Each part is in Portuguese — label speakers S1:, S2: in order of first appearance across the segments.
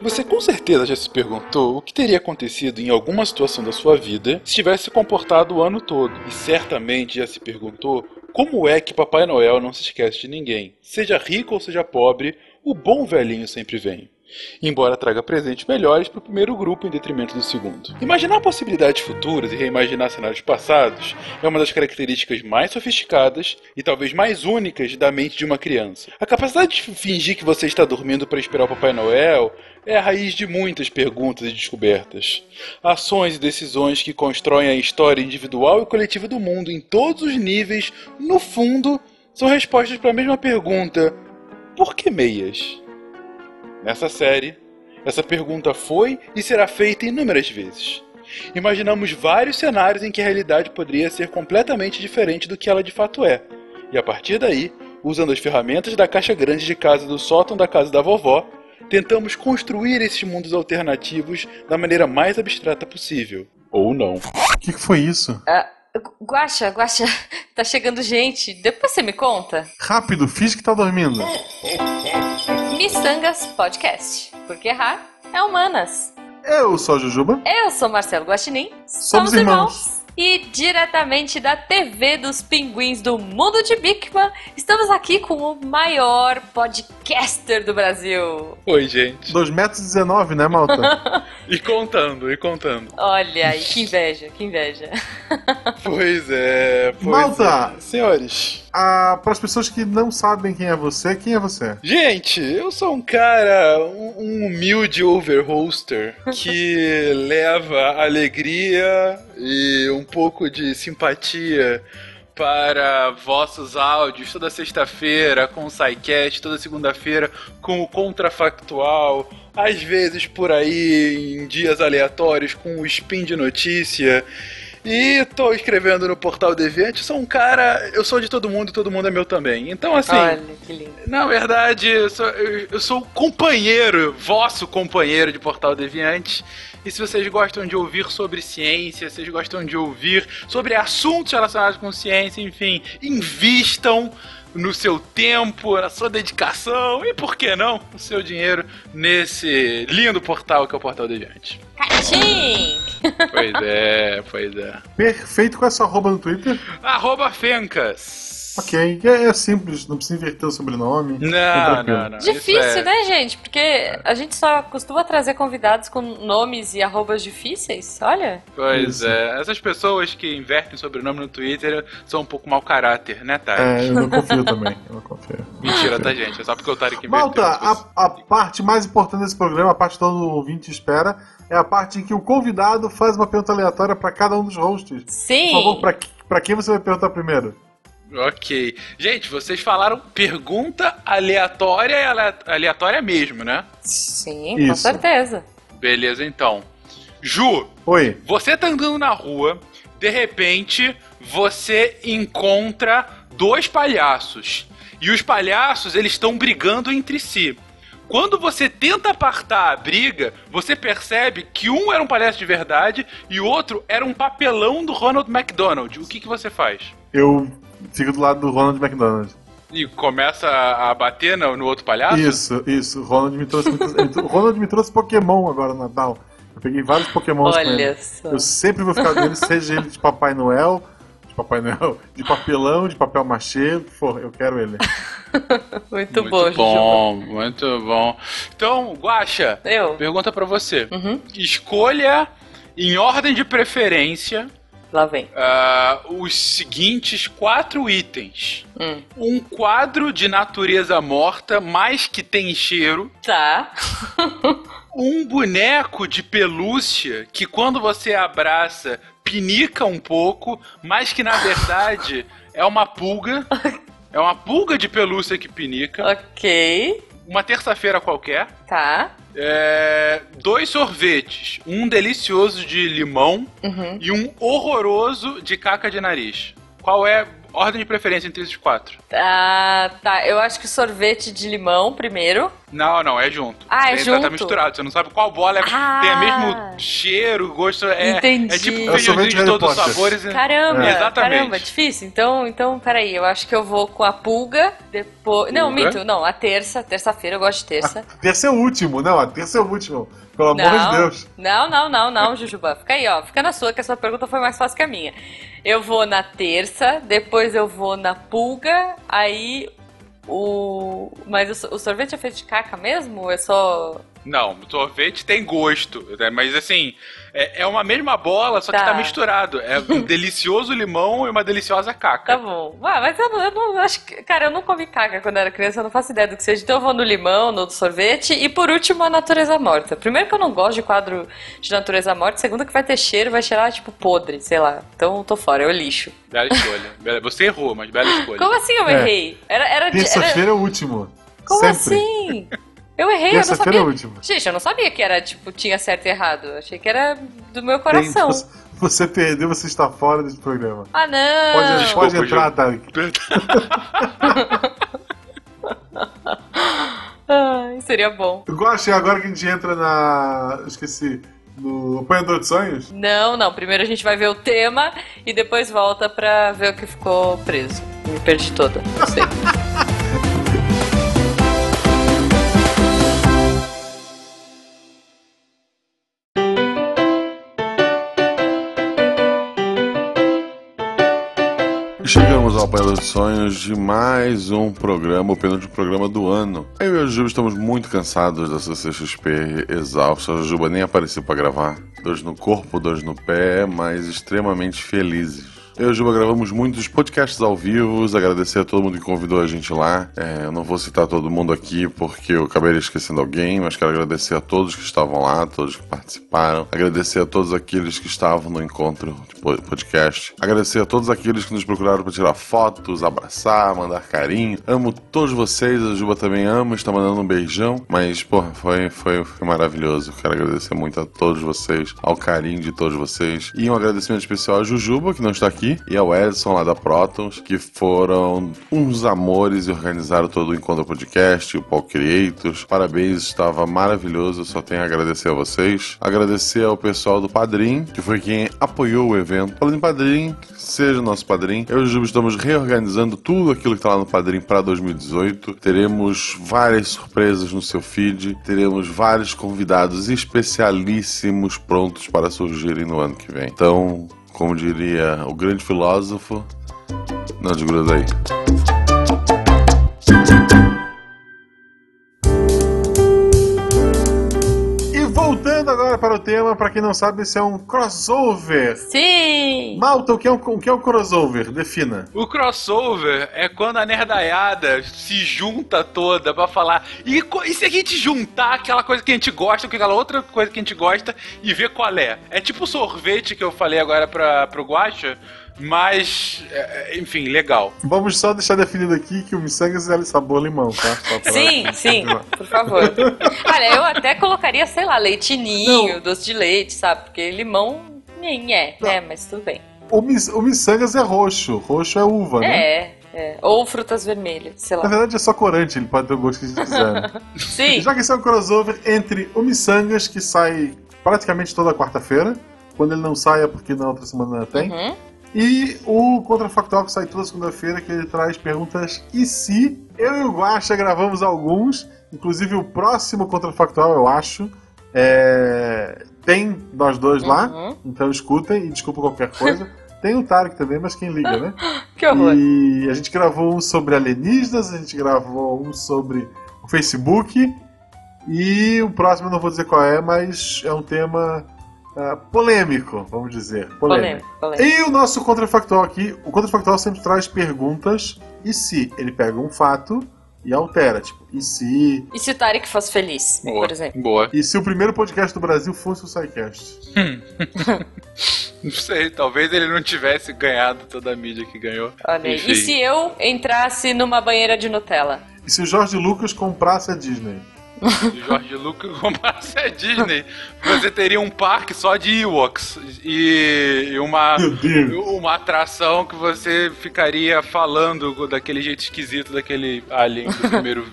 S1: Você com certeza já se perguntou o que teria acontecido em alguma situação da sua vida se tivesse se comportado o ano todo. E certamente já se perguntou como é que Papai Noel não se esquece de ninguém. Seja rico ou seja pobre, o bom velhinho sempre vem. Embora traga presentes melhores para o primeiro grupo em detrimento do segundo. Imaginar possibilidades futuras e reimaginar cenários passados é uma das características mais sofisticadas e talvez mais únicas da mente de uma criança. A capacidade de fingir que você está dormindo para esperar o Papai Noel é a raiz de muitas perguntas e descobertas. Ações e decisões que constroem a história individual e coletiva do mundo em todos os níveis, no fundo, são respostas para a mesma pergunta: por que meias? Nessa série, essa pergunta foi e será feita inúmeras vezes. Imaginamos vários cenários em que a realidade poderia ser completamente diferente do que ela de fato é, e a partir daí, usando as ferramentas da caixa grande de casa do sótão da casa da vovó, tentamos construir esses mundos alternativos da maneira mais abstrata possível. Ou não.
S2: O que, que foi isso?
S3: Gu- Guaxa, Guaxa, tá chegando gente. Depois você me conta.
S2: Rápido, finge que tá dormindo.
S3: Missangas Podcast. Porque errar é humanas.
S2: Eu sou a Jujuba.
S3: Eu sou Marcelo Guaxinim.
S2: Somos irmãos.
S3: E diretamente da TV dos Pinguins do Mundo de Bikman, estamos aqui com o maior podcaster do Brasil.
S1: Oi, gente.
S2: 2,19 metros, e 19, né, Malta?
S1: E contando, e contando.
S3: Olha aí, que inveja, que inveja.
S1: Pois é, pois
S2: Malta!
S1: é. Senhores,
S2: ah, para as pessoas que não sabem quem é você, quem é você?
S1: Gente, eu sou um cara, um, um humilde overholster que leva alegria e um pouco de simpatia para vossos áudios toda sexta-feira com o SciCast, toda segunda-feira com o Contrafactual, às vezes por aí em dias aleatórios com o Spin de Notícia. E tô escrevendo no Portal Deviante, sou um cara, eu sou de todo mundo, todo mundo é meu também. Então assim,
S3: Olha que lindo.
S1: na verdade, eu sou, eu, eu sou o companheiro, vosso companheiro de Portal Deviante. E se vocês gostam de ouvir sobre ciência, se vocês gostam de ouvir sobre assuntos relacionados com ciência, enfim, invistam no seu tempo, na sua dedicação e, por que não, o seu dinheiro nesse lindo portal que é o Portal Deviante.
S2: Ah,
S3: Catim!
S1: Pois é, pois é.
S2: Perfeito com essa arroba no Twitter.
S1: Arroba Fencas.
S2: Ok, é, é simples, não precisa inverter o sobrenome.
S1: Não, não, não.
S3: Difícil,
S1: Isso é-
S3: né, gente? Porque a gente só costuma trazer convidados com nomes e arrobas difíceis. Olha.
S1: Pois
S2: Isso.
S1: é, essas pessoas que invertem sobrenome no Twitter são um pouco mau caráter, né, Tarek?
S2: É, eu não confio também, eu não confio.
S1: Mentira, tá, gente? É só porque o Tarek inverteu.
S2: Malta, a, a parte mais importante desse programa, a parte que todo ouvinte espera, é a parte em que o convidado faz uma pergunta aleatória para cada um dos hosts. Por
S3: Sim.
S2: favor, pra, que- pra quem você vai perguntar primeiro?
S1: Ok. Gente, vocês falaram pergunta aleatória e ale- aleatória mesmo, né?
S3: Sim, com
S2: Isso.
S3: certeza.
S1: Beleza, então. Ju,
S2: Oi.
S1: você tá andando na rua, de repente você encontra dois palhaços. E os palhaços, eles estão brigando entre si. Quando você tenta apartar a briga, você percebe que um era um palhaço de verdade e o outro era um papelão do Ronald McDonald. O que, que você faz?
S2: Eu fico do lado do Ronald McDonald.
S1: E começa a a bater no, no outro palhaço?
S2: Isso, isso. O Ronald me trouxe muitas- ele tro- o Ronald me trouxe Pokémon agora no Natal. Eu peguei vários Pokémons com ele.
S3: Olha só.
S2: Eu sempre vou ficar dele, seja ele de Papai Noel, de Papai Noel, de papelão, de papel machê, o que for, eu quero ele.
S3: Muito, bom, Jujuba.
S1: bom muito bom. Então, Guaxa,
S3: Eu?
S1: pergunta pra você.
S3: Uhum.
S1: Escolha em ordem de preferência
S3: Lá vem.
S1: ah, os seguintes quatro itens.
S3: Hum.
S1: Um quadro de natureza morta, mas que tem cheiro.
S3: Tá.
S1: Um boneco de pelúcia que quando você abraça pinica um pouco, mas que na verdade é uma pulga. É uma pulga de pelúcia que pinica.
S3: ok.
S1: Uma terça-feira qualquer.
S3: Tá.
S1: É, dois sorvetes. Um delicioso de limão
S3: Uhum.
S1: e um horroroso de caca de nariz. Qual é a ordem de preferência entre esses quatro?
S3: Ah, tá. Eu acho que sorvete de limão primeiro.
S1: Não, não, é junto.
S3: Ah,
S1: Tá-
S3: é
S1: Tá
S3: junto?
S1: misturado, você não sabe qual bola é.
S3: Ah.
S1: Tem o mesmo cheiro, gosto. É,
S3: Entendi.
S1: é tipo
S3: É o
S2: sorvete
S1: feijãozinho de
S2: Harry
S1: todos os
S2: Potter.
S1: sabores. e-
S3: Caramba,
S1: É. Exatamente.
S3: caramba, difícil. Então, então, peraí, eu acho que eu vou com a pulga, depois... Não,
S1: Pulga.
S3: minto, não, a terça, terça-feira, eu gosto de terça.
S2: Terça é o último, não, a terça é o último. Pelo amor
S3: Não.
S2: de Deus.
S3: Não, não, não, não, Jujuba. Fica aí, ó. Fica na sua, que a sua pergunta foi mais fácil que a minha. Eu vou na terça, depois eu vou na pulga, aí o. Mas o, so- o sorvete é feito de caca mesmo? Ou É só.
S1: Não, sorvete tem gosto, né? mas assim, é, é uma mesma bola, só que
S3: Tá.
S1: tá misturado. É um delicioso limão e uma deliciosa
S3: Tá
S1: caca.
S3: bom. Ah, mas eu, não- eu não eu acho que. Cara, eu não comi caca quando era criança, eu não faço ideia do que seja. Então eu vou no limão, no sorvete e por último a natureza morta. Primeiro que eu não gosto de quadro de natureza morta, segundo que vai ter cheiro, vai cheirar tipo podre, sei lá. Então eu tô fora, eu lixo.
S1: Bela escolha. Bela- Você errou, mas bela escolha.
S3: Como assim eu
S2: É.
S3: errei? Era, era, de- era,
S2: Terça-feira é o último.
S3: Como
S2: Sempre.
S3: assim? Eu errei, eu não
S2: Terça-feira é
S3: sabia.
S2: o último.
S3: Gente, eu não sabia que era, tipo, tinha certo e errado. Eu Achei que era do meu
S2: Tem-
S3: coração.
S2: você- Você perdeu, você está fora desse programa.
S3: Ah, não!
S2: Pode,
S1: Desculpa,
S2: pode entrar, Tarek.
S3: Ai, seria bom.
S2: Eu gosto, e agora que a gente entra na. eu Esqueci. No Apanhador de Sonhos?
S3: Não, não. Primeiro a gente vai ver o tema e depois volta pra ver o que ficou preso. Me perdi toda. Não sei.
S4: Chegamos ao Apanhador de Sonhos de mais um programa, o penúltimo programa do ano. Eu e a Juba estamos muito cansados da CCXP exaustos. A Juba nem apareceu para gravar. Dois no corpo, dois no pé, mas extremamente felizes. Eu e a Juba gravamos muitos podcasts ao vivo, agradecer a todo mundo que convidou a gente lá. É, eu não vou citar todo mundo aqui porque eu acabei esquecendo alguém, mas quero agradecer a todos que estavam lá, todos que participaram. Agradecer a todos aqueles que estavam no encontro de po- podcast. Agradecer a todos aqueles que nos procuraram para tirar fotos, abraçar, mandar carinho. Amo todos vocês, a Juba também ama, está mandando um beijão. Mas, porra, foi, foi, foi maravilhoso. Quero agradecer muito a todos vocês, ao carinho de todos vocês. E um agradecimento especial à Jujuba, que não está aqui, e ao Edson lá da Protons, que foram uns amores e organizaram todo o Encontro Podcast, o Paul Creators. Parabéns, estava maravilhoso, só tenho a agradecer a vocês. Agradecer ao pessoal do Padrim, que foi quem apoiou o evento. Falando em Padrim, seja nosso Padrim. Eu e o Juba estamos reorganizando tudo aquilo que está lá no Padrim para 2018. Teremos várias surpresas no seu feed, teremos vários convidados especialíssimos prontos para surgirem no ano que vem. Então, como diria o grande filósofo, não desgruda aí.
S2: E voltando agora para o tema, para quem não sabe, esse é um crossover.
S3: Sim!
S2: Malta, o que é um, o que é um crossover? Defina.
S1: O crossover é quando a nerdaiada se junta toda pra falar. E, co- e se a gente juntar aquela coisa que a gente gosta com aquela outra coisa que a gente gosta e ver qual é? É tipo o sorvete que eu falei agora pra, pro Guacha, mas. é, é, enfim, legal.
S2: Vamos só deixar definido aqui que o miçanga é sabor limão, tá? Só pra-
S3: Sim, sim, por favor. Olha, eu até colocaria, sei lá, leitinho, doce de leite, sabe? Porque limão nem é, né? Mas tudo bem.
S2: O, mis, o miçangas é roxo. Roxo é uva, né?
S3: É, é. Ou frutas vermelhas, sei
S2: Na
S3: lá.
S2: verdade é só corante, ele pode ter o gosto que a gente quiser. né?
S3: Sim.
S2: Já que esse é um crossover entre o Missangas, que sai praticamente toda quarta-feira, quando ele não sai é porque na outra semana tem,
S3: Uhum.
S2: e o Contrafactual, que sai toda segunda-feira, que ele traz perguntas e se. Eu e o Guaxa gravamos alguns, inclusive o próximo Contrafactual, eu acho, é, tem nós dois lá,
S3: Uhum.
S2: então escutem e desculpa qualquer coisa. Tem o Tarek também, mas quem liga, né?
S3: Que horror.
S2: E a gente gravou um sobre alienígenas, a gente gravou um sobre o Facebook. E o próximo eu não vou dizer qual é, mas é um tema ah, polêmico, vamos dizer. Polêmico.
S3: Polêmico, polêmico.
S2: E o nosso contrafactual aqui, o contrafactual sempre traz perguntas. E se ele pega um fato e altera, tipo, e se.
S3: E se o Tarek fosse feliz,
S1: Boa.
S3: por exemplo?
S1: Boa.
S2: E se o primeiro podcast do Brasil fosse o SciCast?
S1: Não sei, talvez ele não tivesse ganhado toda a mídia que ganhou.
S3: Olha aí.
S1: Enfim.
S3: E se eu entrasse numa banheira de Nutella?
S2: E se o Jorge Lucas comprasse a Disney?
S1: Se Jorge Lucas comprasse a Disney, você teria um parque só de Ewoks e, e uma,
S2: Meu Deus!
S1: uma atração que você ficaria falando daquele jeito esquisito daquele alien do primeiro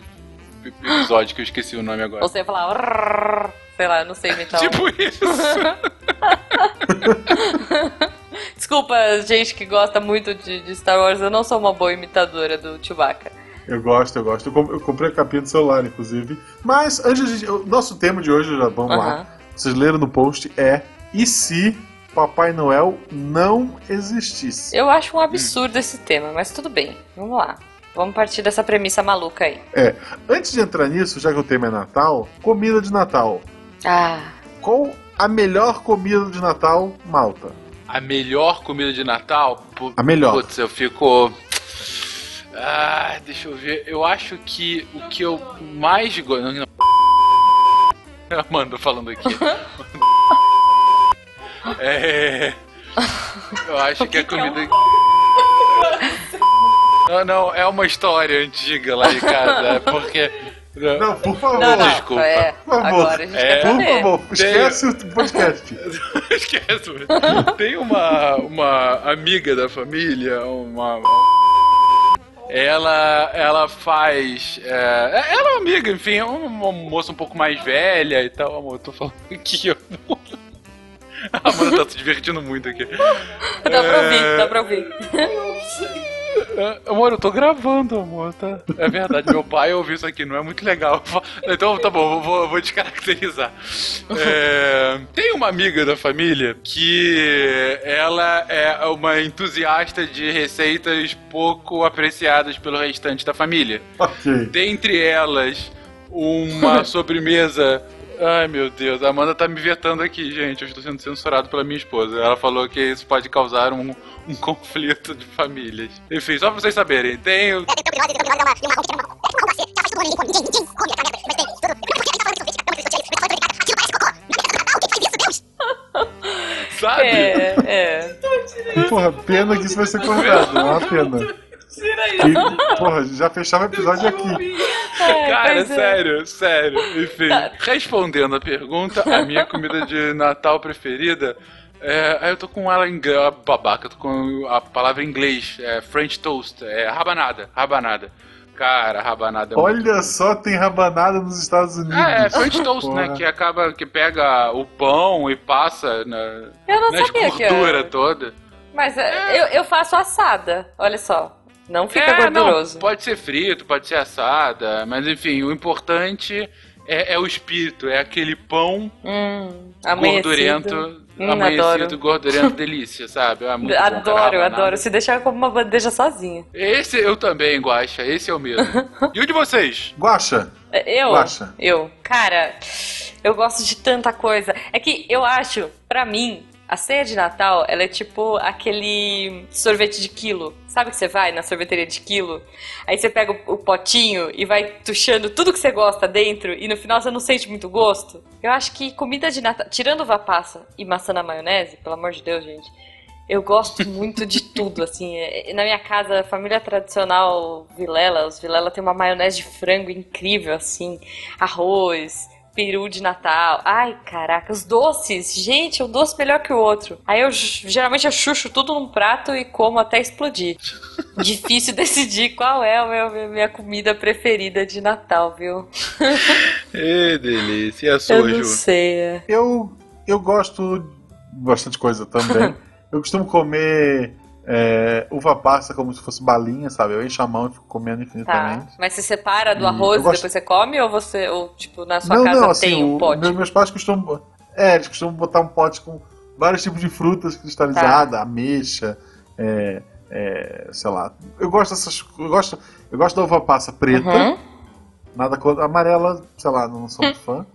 S1: episódio que eu esqueci o nome agora.
S3: Ou você ia falar. "Rrr", Sei lá, eu não sei imitar. um-
S1: Tipo isso.
S3: Desculpa, gente que gosta muito de, de Star Wars, eu não sou uma boa imitadora do Chewbacca.
S2: Eu gosto, eu gosto. Eu, com- eu comprei a capinha do celular, inclusive. Mas antes de. O nosso tema de hoje, já vamos lá.
S3: Aham.
S2: Vocês leram no post, é E se Papai Noel não existisse?
S3: Eu acho um
S1: Uhum.
S3: absurdo esse tema, mas tudo bem. Vamos lá. Vamos partir dessa premissa maluca aí.
S2: Antes de entrar nisso, já que o tema é Natal, comida de Natal.
S3: Ah.
S2: Qual a melhor comida de Natal, Malta?
S1: A melhor comida de Natal? Pu-
S2: A melhor.
S1: Putz, eu fico. Ah, deixa eu ver. Eu acho que o que eu mais gosto. Não, não. Amanda falando aqui. é. Eu acho que é um- a comida. Não, não, é uma história antiga lá de casa. Porque.
S2: Não, por favor.
S3: Não, não.
S1: Desculpa.
S3: É,
S2: Por favor.
S3: agora a gente
S1: É.
S3: quer
S2: Por
S3: saber.
S2: favor, esquece o podcast.
S1: Esquece. né? Tem uma, uma amiga da família, uma. Ela, ela faz. é, ela é uma amiga, enfim, é uma moça um pouco mais velha e tal. Amor, eu tô falando aqui, ó. A Amanda tá se divertindo muito aqui.
S3: Dá pra ouvir, dá pra ouvir.
S1: É, Amor, eu tô gravando, amor, tá? É verdade, meu pai ouviu isso aqui, não é muito legal. Então tá bom, eu vou, eu vou descaracterizar. É, tem uma amiga da família que ela é uma entusiasta de receitas pouco apreciadas pelo restante da família.
S2: ok.
S1: Dentre elas, uma sobremesa. Ai meu Deus, a Amanda tá me vetando aqui, gente. Eu estou sendo censurado pela minha esposa. Ela falou que isso pode causar um, um conflito de famílias. Enfim, só pra vocês saberem, tem. o- Sabe?
S3: É, é.
S2: Porra, pena que isso vai ser cortado. É uma pena. E, porra, já fechava o episódio aqui.
S3: É,
S1: Cara,
S3: pois é. Tá.
S1: sério, sério. Enfim, respondendo a pergunta, a minha comida de Natal preferida. É, aí eu tô com ela em inglês, babaca, eu tô com a palavra em inglês, é French toast, é rabanada, rabanada. Cara, rabanada é muito
S2: Olha só, tem rabanada nos Estados Unidos.
S1: É, é French toast,
S2: Porra.
S1: né? Que acaba, que pega o pão e passa na,
S3: Eu não
S1: na
S3: sabia que
S1: Né, gordura
S3: era.
S1: toda.
S3: Mas é, eu, eu faço assada, olha só. Não fica
S1: Ah. É, não,
S3: gorduroso.
S1: pode ser frito, pode ser assada, mas enfim, o importante é, é o espírito, é aquele pão
S3: Hum, amanhecido.
S1: gordurento,
S3: Hum,
S1: amanhecido,
S3: adoro.
S1: gordurento, delícia, sabe? Ah, muito bom, cara,
S3: Adoro,
S1: rabanada.
S3: adoro. Se deixar eu como uma bandeja sozinha.
S1: Esse eu também, Guaxa, esse é o mesmo. e o de vocês?
S2: Guaxa,
S3: É, Eu,
S2: Guaxa.
S3: eu, cara, eu gosto de tanta coisa. É que eu acho, pra mim, a ceia de Natal, ela é tipo aquele sorvete de quilo. Sabe que você vai na sorveteria de quilo? Aí você pega o, o potinho e vai tuchando tudo que você gosta dentro e no final você não sente muito gosto. Eu acho que comida de Natal, tirando uva passa e maçã na maionese, pelo amor de Deus, gente. Eu gosto muito de tudo, assim. é- é- Na minha casa, a família tradicional Vilela, os Vilela tem uma maionese de frango incrível, assim. Arroz, peru de Natal. Ai, caraca, os doces. Gente, um doce melhor que o outro. Aí eu j- geralmente eu chucho tudo num prato e como até explodir. Difícil decidir qual é a meu- minha comida preferida de Natal, viu?
S1: Ê, delícia, e a
S3: eu não sei. é.
S2: eu, eu gosto de bastante coisa também. Eu costumo comer é, uva passa como se fosse balinha, sabe? Eu encho a mão e fico comendo
S3: Tá.
S2: infinitamente.
S3: Mas você separa do
S2: Hum,
S3: arroz
S2: eu
S3: e
S2: gosto-
S3: depois você come ou você, ou tipo, na sua
S2: não,
S3: casa
S2: não, assim,
S3: tem um
S2: o-
S3: pote?
S2: meu- meus pais costumam. É, eles costumam botar um pote com vários tipos de frutas
S3: Tá.
S2: cristalizadas, ameixa, é, é, sei lá. Eu gosto dessas. Eu gosto, eu gosto da uva passa preta.
S3: Uhum.
S2: Nada contra. Amarela, sei lá, não sou muito fã.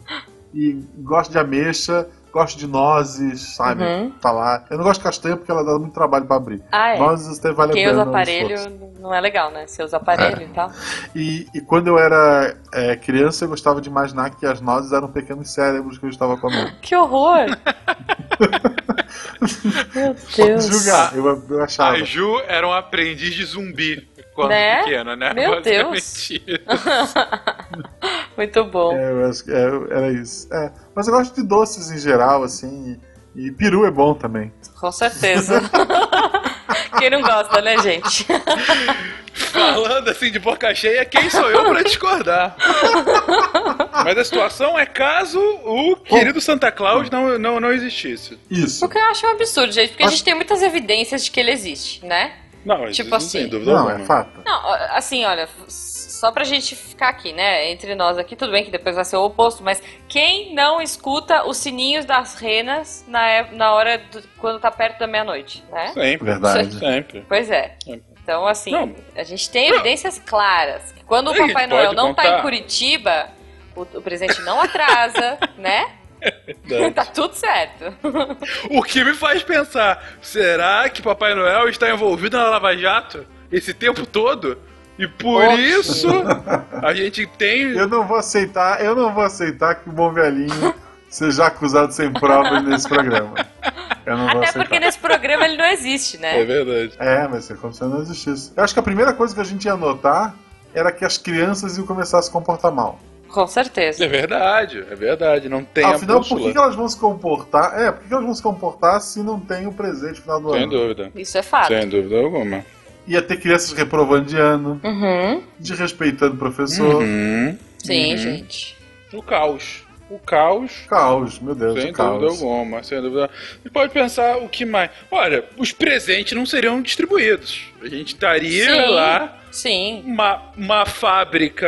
S2: E gosto de ameixa, gosto de nozes, sabe?
S3: Uhum.
S2: Tá lá. Eu não gosto de castanha porque ela dá muito trabalho pra abrir.
S3: Ah, é.
S2: Nozes até vale a
S3: Quem
S2: pena.
S3: usa
S2: o
S3: aparelho
S2: esforço. É.
S3: não é legal, né? Você usa aparelho e tal.
S2: E, e quando eu era é, criança, eu gostava de imaginar que as nozes eram pequenos cérebros que eu estava comendo.
S3: Que horror! Meu Deus.
S1: Ah,
S2: Julgar, eu, eu achava.
S1: A Ju era um aprendiz de zumbi quando
S3: Né?
S1: pequena, né?
S3: Meu Deus.
S1: Basicamente.
S3: Muito bom.
S2: É, eu acho que- é, era isso. É, Mas eu gosto de doces em geral, assim. E, e peru é bom também.
S3: Com certeza. Quem não gosta, né, gente?
S1: Falando assim de boca cheia, quem sou eu pra discordar? Mas a situação é caso o querido Santa Claus não, não, não existisse.
S2: Isso.
S3: O que eu acho um absurdo, gente, porque a gente tem muitas evidências de que ele existe, né?
S1: Não,
S3: Tipo
S1: não
S3: assim.
S1: tem dúvida
S2: Não,
S1: alguma.
S2: é fato.
S3: Não, ó, assim, olha, f- só pra gente ficar aqui, né? Entre nós aqui, tudo bem que depois vai ser o oposto, mas quem não escuta os sininhos das renas na, é- na hora do- quando tá perto da meia-noite, né?
S1: Sempre.
S2: Verdade.
S1: Sempre.
S3: Pois é.
S1: Sim.
S3: Então, assim,
S1: Não.
S3: a gente tem evidências claras. Que quando o
S1: Sim,
S3: Papai
S1: pode
S3: Noel não tá
S1: contar.
S3: em Curitiba, o, o presente não atrasa, né? Tá tudo certo.
S1: O que me faz pensar, será que Papai Noel está envolvido na Lava Jato esse tempo todo? E por
S3: Nossa.
S1: isso a gente tem.
S2: Eu não vou aceitar, eu não vou aceitar que o bom velhinho seja acusado sem provas nesse programa. Eu não vou
S3: Até
S2: aceitar.
S3: porque nesse programa ele não existe,
S1: tá. É
S3: né?
S1: verdade.
S2: É, mas isso é como se não existisse. Eu acho que a primeira coisa que a gente ia notar era que as crianças iam começar a se comportar mal.
S3: Com certeza.
S1: É verdade, é verdade. Não tem a
S2: Afinal, por
S1: bússola.
S2: que, que elas vão se comportar? É, por que, que elas vão se comportar se não tem o presente no final do
S1: Sem
S2: ano?
S1: dúvida.
S3: Isso é fato.
S1: Sem dúvida alguma.
S2: Ia ter crianças reprovando de ano,
S3: Uhum.
S2: desrespeitando o professor.
S1: Uhum.
S3: Sim,
S1: Uhum.
S3: gente.
S1: O caos. O caos.
S2: Caos, meu Deus,
S1: Sem
S2: o caos.
S1: dúvida alguma, sem dúvida. E pode pensar o que mais. Olha, os presentes não seriam distribuídos. A gente estaria
S3: Sim.
S1: lá
S3: Sim.
S1: uma, uma fábrica.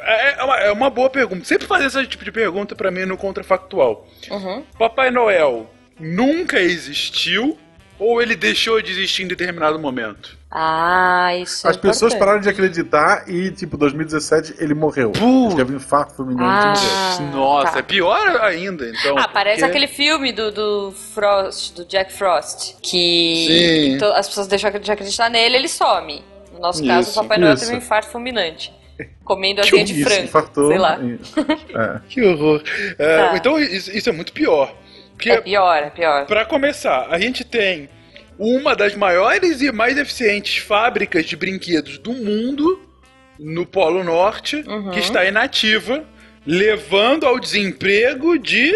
S1: É é uma, é uma boa pergunta. Sempre fazer esse tipo de pergunta pra mim no contrafactual.
S3: Uhum.
S1: Papai Noel nunca existiu ou ele deixou de existir em determinado momento?
S3: Ah, isso
S2: As
S3: é
S2: pessoas
S3: importante.
S2: pararam de acreditar e, tipo, 2017 ele morreu.
S1: Puh.
S2: Ele teve um infarto fulminante.
S3: Ah.
S1: Nossa,
S3: tá.
S1: é pior ainda, então.
S3: Ah, parece
S1: porque-
S3: aquele filme do, do Frost, do Jack Frost, que
S1: Sim.
S3: to- as pessoas deixam de acreditar nele, ele some. No nosso caso, o
S1: Isso,
S3: Papai Noel
S2: isso.
S3: teve um infarto fulminante, comendo
S2: Que
S3: asinha de
S2: isso,
S3: frango,
S2: infartou.
S3: sei lá.
S2: É.
S1: Que horror. É,
S3: Tá.
S1: Então isso, isso é muito pior. Porque,
S3: É pior, é pior.
S1: pra começar, a gente tem uma das maiores e mais eficientes fábricas de brinquedos do mundo no Polo Norte,
S3: Uhum.
S1: que está inativa, levando ao desemprego de,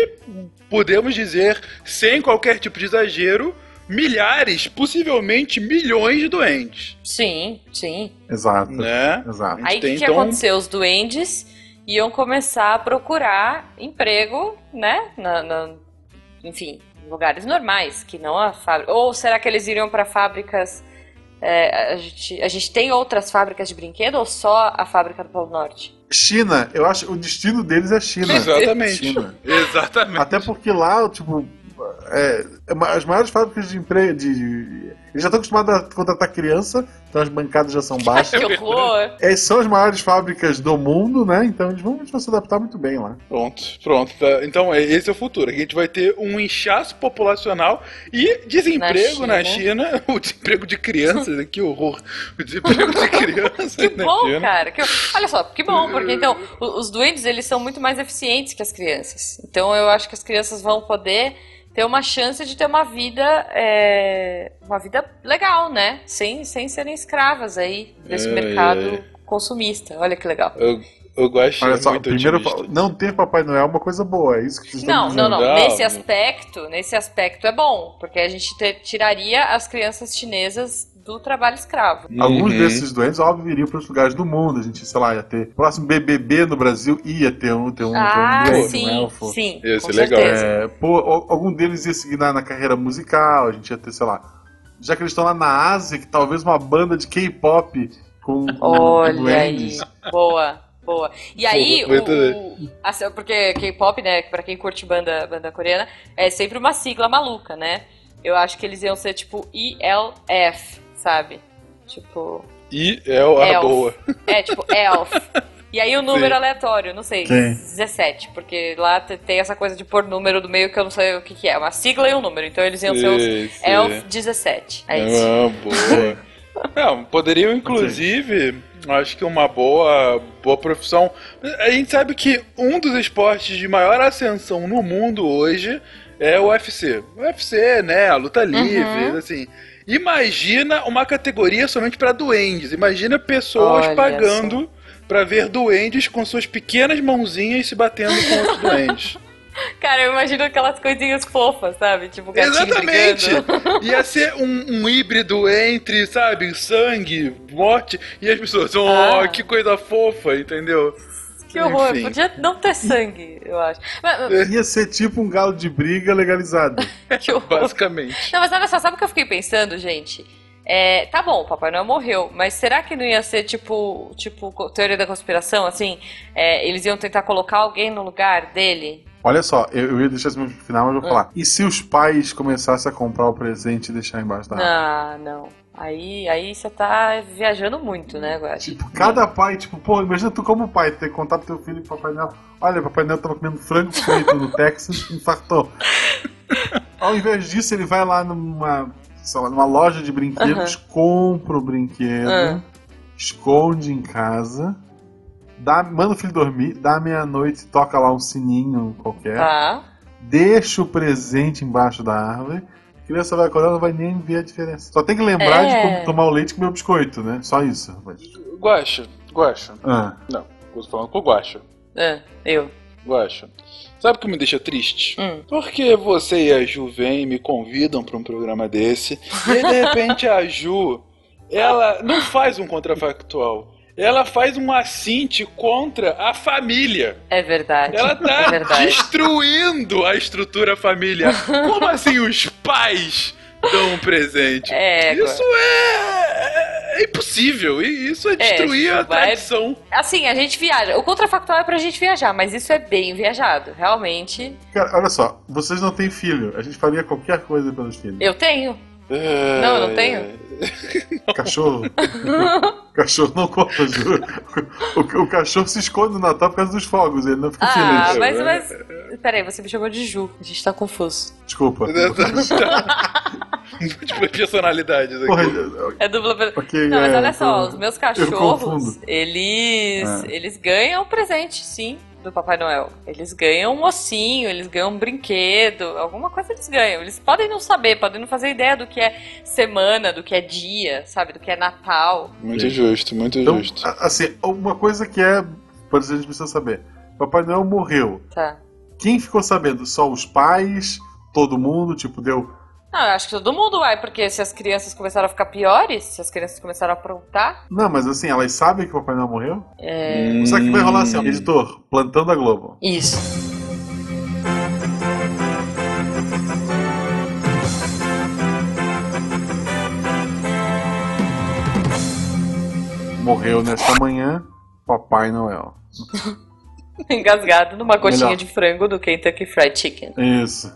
S1: podemos dizer, sem qualquer tipo de exagero, milhares, possivelmente milhões de doentes.
S3: Sim, sim.
S2: Exato.
S1: Né?
S2: Exato.
S1: A gente
S3: Aí o que,
S1: tem,
S3: que
S1: então-
S3: aconteceu? Os duendes iam começar a procurar emprego, né? Na, na- enfim, em lugares normais, que não a fábrica. Ou será que eles iriam para fábricas? é, a, gente, a gente tem outras fábricas de brinquedo ou só a fábrica do Polo Norte?
S2: China, eu acho o destino deles é China.
S1: Exatamente.
S2: China.
S1: Exatamente.
S2: Até porque lá, tipo, é, é ma- as maiores fábricas de emprego. De, de- eles já estão acostumados a contratar criança, então as bancadas já são
S1: É
S3: Ai,
S2: baixas.
S3: que horror!
S2: É, são as maiores fábricas do mundo, né? Então eles vão, eles vão se adaptar muito bem lá.
S1: Pronto, pronto. tá. Então, é- esse é o futuro. A gente vai ter um inchaço populacional e desemprego
S3: Na
S1: na China. O desemprego de crianças, né? que horror. O desemprego de crianças
S3: Que
S1: na
S3: bom,
S1: China.
S3: cara. que- olha só, que bom,
S1: Uhum.
S3: porque então o- os duendes eles são muito mais eficientes que as crianças. Então eu acho que as crianças vão poder ter uma chance de ter uma vida, é, uma vida legal, né? Sem, sem serem escravas aí desse
S1: Ai,
S3: mercado
S1: ai.
S3: consumista. Olha que legal.
S1: Eu, eu gosto
S2: Olha só,
S1: muito
S2: primeiro,
S1: otimista.
S2: não ter Papai Noel é uma coisa boa, é isso que vocês estão
S3: Não,
S2: dizendo.
S3: não, não,
S1: Não,
S3: Nesse
S1: não.
S3: aspecto, nesse aspecto é bom, porque a gente te- tiraria as crianças chinesas do trabalho escravo.
S2: Alguns
S1: Uhum.
S2: desses doentes, óbvio, viriam para os lugares do mundo. A gente, sei lá, ia ter. Próximo BBB no Brasil ia ter um, ter um,
S3: ah,
S2: ter um,
S3: sim,
S1: é
S2: um elfo.
S3: sim,
S1: Ia
S3: com
S1: ser legal.
S3: certeza.
S2: É, pô, al- algum deles ia seguir na, na carreira musical, a gente ia ter, sei lá. Já que eles estão lá na Ásia, que talvez uma banda de K-pop com, com
S3: Olha aí,
S2: duendes.
S3: boa, boa. E aí,
S1: Boa,
S3: o-
S1: muito
S3: o- assim, porque K-pop, né, pra quem curte banda, banda coreana, é sempre uma sigla maluca, né? Eu acho que eles iam ser tipo ELF, sabe? Tipo,
S1: E é a
S3: Elf.
S1: boa.
S3: é tipo ELF. E aí o número
S1: Sim.
S3: aleatório, não sei,
S2: Sim.
S3: 17, porque lá te- tem essa coisa de pôr número do meio que eu não sei o que que é, uma sigla e um número, então eles iam ser os
S1: Sim, sim.
S3: ELF 17, é isso.
S1: Ah, boa. Não, poderiam, inclusive, acho que uma boa, boa profissão. A gente sabe que um dos esportes de maior ascensão no mundo hoje é o UFC. O UFC, né? A luta livre,
S3: Uhum.
S1: assim. Imagina uma categoria somente para duendes. Imagina pessoas
S3: Olha
S1: pagando pra ver duendes com suas pequenas mãozinhas se batendo com outros duendes.
S3: Cara, eu imagino aquelas coisinhas fofas, sabe? Tipo, o gatinho
S1: Exatamente!
S3: brigando.
S1: Ia ser um, um híbrido entre, sabe, sangue, morte, e as pessoas, oh,
S3: Ah.
S1: que coisa fofa, entendeu?
S3: Que horror.
S1: Enfim.
S3: Podia não ter sangue, eu acho. Mas,
S2: Ia ser tipo um galo de briga legalizado.
S3: que horror.
S1: Basicamente.
S3: Não, mas olha só, sabe o que eu fiquei pensando, gente? É, tá bom, o Papai Noel morreu, mas será que não ia ser tipo, tipo co- teoria da conspiração, assim? É, eles iam tentar colocar alguém no lugar dele?
S2: Olha só, eu, eu ia deixar isso no final, mas eu vou
S3: É.
S2: falar. E se os pais começassem a comprar o presente e deixar embaixo da árvore?
S3: Ah, não. Aí, aí você tá viajando muito, né, Guache?
S2: Tipo, cada pai, tipo, pô, imagina tu como pai, ter que contar pro teu filho e pro Papai Noel. Olha, Papai Noel tava comendo frango frito no Texas, infartou. Ao invés disso, ele vai lá numa, sei lá, numa loja de brinquedos, compra o brinquedo,
S3: Ah.
S2: esconde em casa, dá, manda o filho dormir, dá meia-noite, toca lá um sininho qualquer.
S3: Tá.
S2: deixa o presente embaixo da árvore. A criança vai acordar, não vai nem ver a diferença. Só tem que lembrar
S3: É.
S2: de como tomar o leite e comer o biscoito, né? Só isso. Mas...
S1: Guacha, guacha.
S2: Ah,
S1: Não, eu tô falando com o guacha.
S3: Ah, eu.
S1: Guacha. Sabe o que me deixa triste?
S3: Hum.
S1: Porque você e a Ju vêm e me convidam pra um programa desse, e aí, de repente a Ju, ela não faz um contrafactual. Ela faz um assinte contra a família.
S3: É verdade.
S1: Ela
S3: É
S1: tá
S3: verdade.
S1: destruindo a estrutura familiar. Como assim os pais dão um presente?
S3: É, Guaxa.
S1: isso é... é impossível. E isso é destruir
S3: isso
S1: a
S3: vai-
S1: tradição.
S3: Assim, a gente viaja. O contrafactual é pra gente viajar, mas isso é bem viajado, realmente.
S2: cara, olha só, vocês não têm filho. A gente faria qualquer coisa pelos filhos.
S3: Eu tenho. Não, eu não tenho.
S2: Cachorro. cachorro não conta, juro. O, o cachorro se esconde no Natal por causa dos fogos, ele não fica
S3: Ah,
S2: feliz.
S3: mas,
S1: eu-
S3: mas. Peraí, você me chamou de Ju. A gente tá confuso.
S2: Desculpa.
S1: é Múltiplas Tipo, é personalidades aqui.
S2: Porra, eu-
S3: É dupla. per-
S2: ok.
S3: Não, mas
S2: é,
S3: olha só,
S2: eu-
S3: os meus
S2: confundo.
S3: cachorros, eles.
S2: Ah.
S3: Eles ganham um presente, sim, do Papai Noel. Eles ganham um ossinho, eles ganham um brinquedo, alguma coisa eles ganham. Eles podem não saber, podem não fazer ideia do que é semana, do que é dia, sabe? Do que é Natal.
S1: Muito justo, muito
S2: Então,
S1: justo.
S2: a- assim, uma coisa que é. Por exemplo, a gente precisa saber. Papai Noel morreu.
S3: Tá.
S2: Quem ficou sabendo? Só os pais, todo mundo, tipo, deu.
S3: Não, eu acho que todo mundo vai, porque se as crianças começaram a ficar piores, se as crianças começaram a aprontar.
S2: Não, mas assim, elas sabem que o Papai Noel morreu?
S3: É.
S1: Hum.
S2: Só que vai rolar assim, ó, editor, plantando a Globo.
S3: Isso.
S2: Morreu nesta manhã, Papai Noel.
S3: Engasgado numa coxinha
S2: Melhor.
S3: de frango do Kentucky Fried Chicken.
S2: Isso.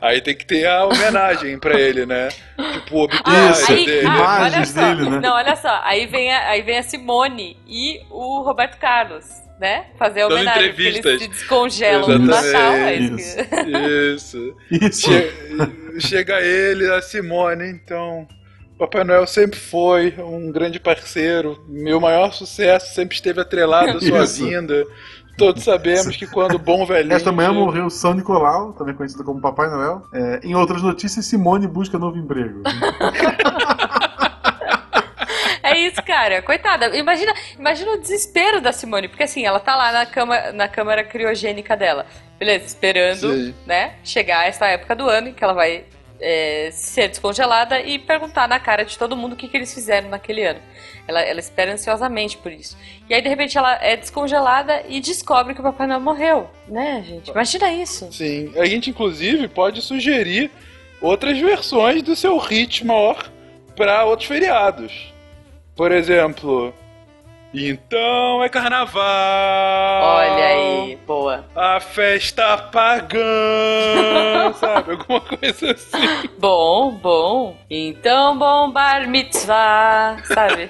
S1: Aí tem que ter a homenagem pra ele, né? Tipo, o
S3: Ah,
S1: obituário
S2: Isso,
S3: aí,
S1: dele.
S3: ah, olha
S2: imagens
S3: só.
S2: dele, né?
S3: Não, olha só. Aí vem, a, aí vem a Simone e o Roberto Carlos, né? Fazer a
S1: Dando
S3: homenagem. porque
S1: entrevistas.
S3: Eles se descongelam no
S2: Exatamente.
S3: Natal. É isso que-
S1: Isso.
S2: Isso.
S1: Che- Chega ele, a Simone, então. Papai Noel sempre foi um grande parceiro. Meu maior sucesso sempre esteve atrelado à sua
S2: Isso.
S1: vinda. Todos sabemos que quando o bom velhinho.
S2: Esta manhã morreu São Nicolau, também conhecido como Papai Noel. É, em outras notícias, Simone busca novo emprego.
S3: É isso, cara. Coitada. Imagina, imagina o desespero da Simone, porque assim, ela tá lá na, cama, na câmara criogênica dela. Beleza, esperando,
S1: Sim.
S3: né? Chegar essa época do ano em que ela vai é, ser descongelada e perguntar na cara de todo mundo o que, que eles fizeram naquele ano. Ela, ela espera ansiosamente por isso. E aí, de repente, ela é descongelada e descobre que o Papai Noel morreu, né, gente? Imagina isso.
S1: Sim. A gente, inclusive, pode sugerir outras versões do seu hit maior para outros feriados. Por exemplo, então é carnaval.
S3: Olha aí, boa.
S1: A festa pagã, sabe? Alguma coisa assim.
S3: Bom, bom. Então, bom bar mitzvah, sabe?